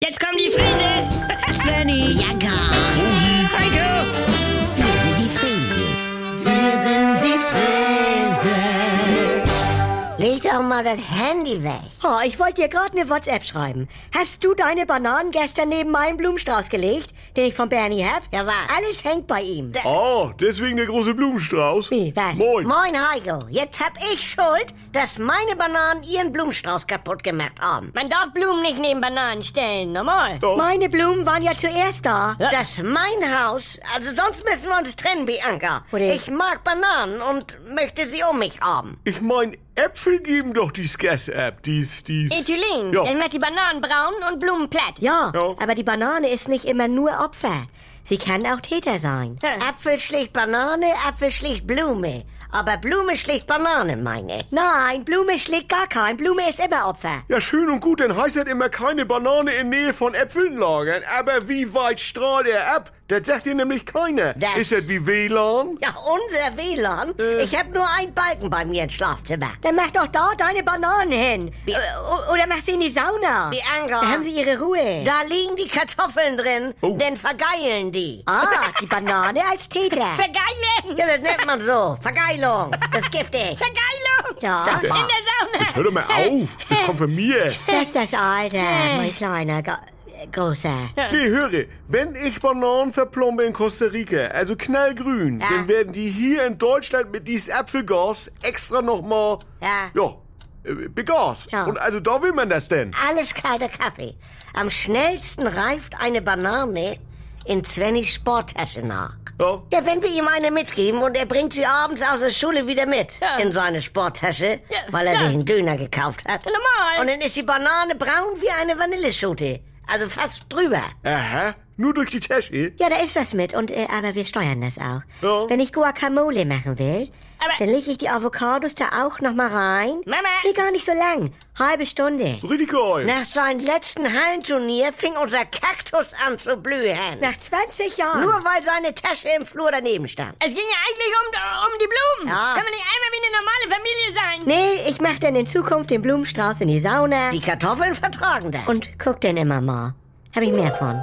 mal das Handy weg. Oh, ich wollte dir gerade eine WhatsApp schreiben. Hast du deine Bananen gestern neben meinen Blumenstrauß gelegt, den ich von Bernie hab? Ja, was? Alles hängt bei ihm. Oh, deswegen der große Blumenstrauß. Wie, was? Moin. Moin Heiko, jetzt hab ich Schuld, dass meine Bananen ihren Blumenstrauß kaputt gemacht haben. Man darf Blumen nicht neben Bananen stellen, normal. Doch. Meine Blumen waren ja zuerst da. Das ist mein Haus. Also sonst müssen wir uns trennen, Bianca. Oder- Ich mag Bananen und möchte sie um mich haben. Ich mein, Äpfel geben doch die Scass-App. Dies, dies. Ethylen, Ja. das macht die Bananen braun und Blumen platt. Ja, Ja. aber die Banane ist nicht immer nur Opfer. Sie kann auch Täter sein. Ja. Apfel schlägt Banane, Apfel schlägt Blume. Aber Blume schlägt Banane, meine ich. Nein, Blume schlägt gar kein. Blume ist immer Opfer. Ja, schön und gut, dann heißt das immer keine Banane in Nähe von Äpfeln lagern. Aber wie weit strahlt er ab? Das sagt dir nämlich keiner. Das- Ist das wie WLAN? Ja, unser WLAN. Ich hab nur einen Balken bei mir im Schlafzimmer. Äh. Dann mach doch da deine Bananen hin. Äh, O- Oder mach sie in die Sauna. Bianca. Da haben sie ihre Ruhe. Da liegen die Kartoffeln drin, Oh. denn vergeilen die. Ah, die Banane als Täter. Vergeilen! Ja, das nennt man so. Vergeilung. Das ist giftig. Vergeilung! Ja, In der Sauna! Hör doch mal auf, das kommt von mir. das ist das Alter, mein kleiner, Ga- äh, großer. Nee, höre, wenn ich Bananen verplombe in Costa Rica, also knallgrün, dann werden die hier in Deutschland mit dies Apfelgas extra nochmal, Ja. ja, äh, begast. Ja. Und also da will man das denn. Alles kalter Kaffee. Am schnellsten reift eine Banane in Svennys Sporttasche nach. Ja. Ja, wenn wir ihm eine mitgeben und er bringt sie abends aus der Schule wieder mit Ja. in seine Sporttasche, Ja, weil er ja. sich einen Döner gekauft hat. Normal. Und dann ist die Banane braun wie eine Vanilleschote. Also fast drüber. Aha, nur durch die Tasche. Ja, da ist was mit, und äh, aber wir steuern das auch. Ja. Wenn ich Guacamole machen will, Aber- dann lege ich die Avocados da auch nochmal rein. Mama. Nee, gar nicht so lang. Halbe Stunde. So richtig geil. Nach seinem letzten Hallenturnier fing unser Kaktus an zu blühen. Nach 20 Jahren. Nur weil seine Tasche im Flur daneben stand. Es ging ja eigentlich um, um die Blumen. Ja. Kann man nicht einmal wie eine normale Familie sein? Nee, ich mach dann in Zukunft den Blumenstrauß in die Sauna Die Kartoffeln vertragen das. und guck dann immer mal. Hab ich mehr von.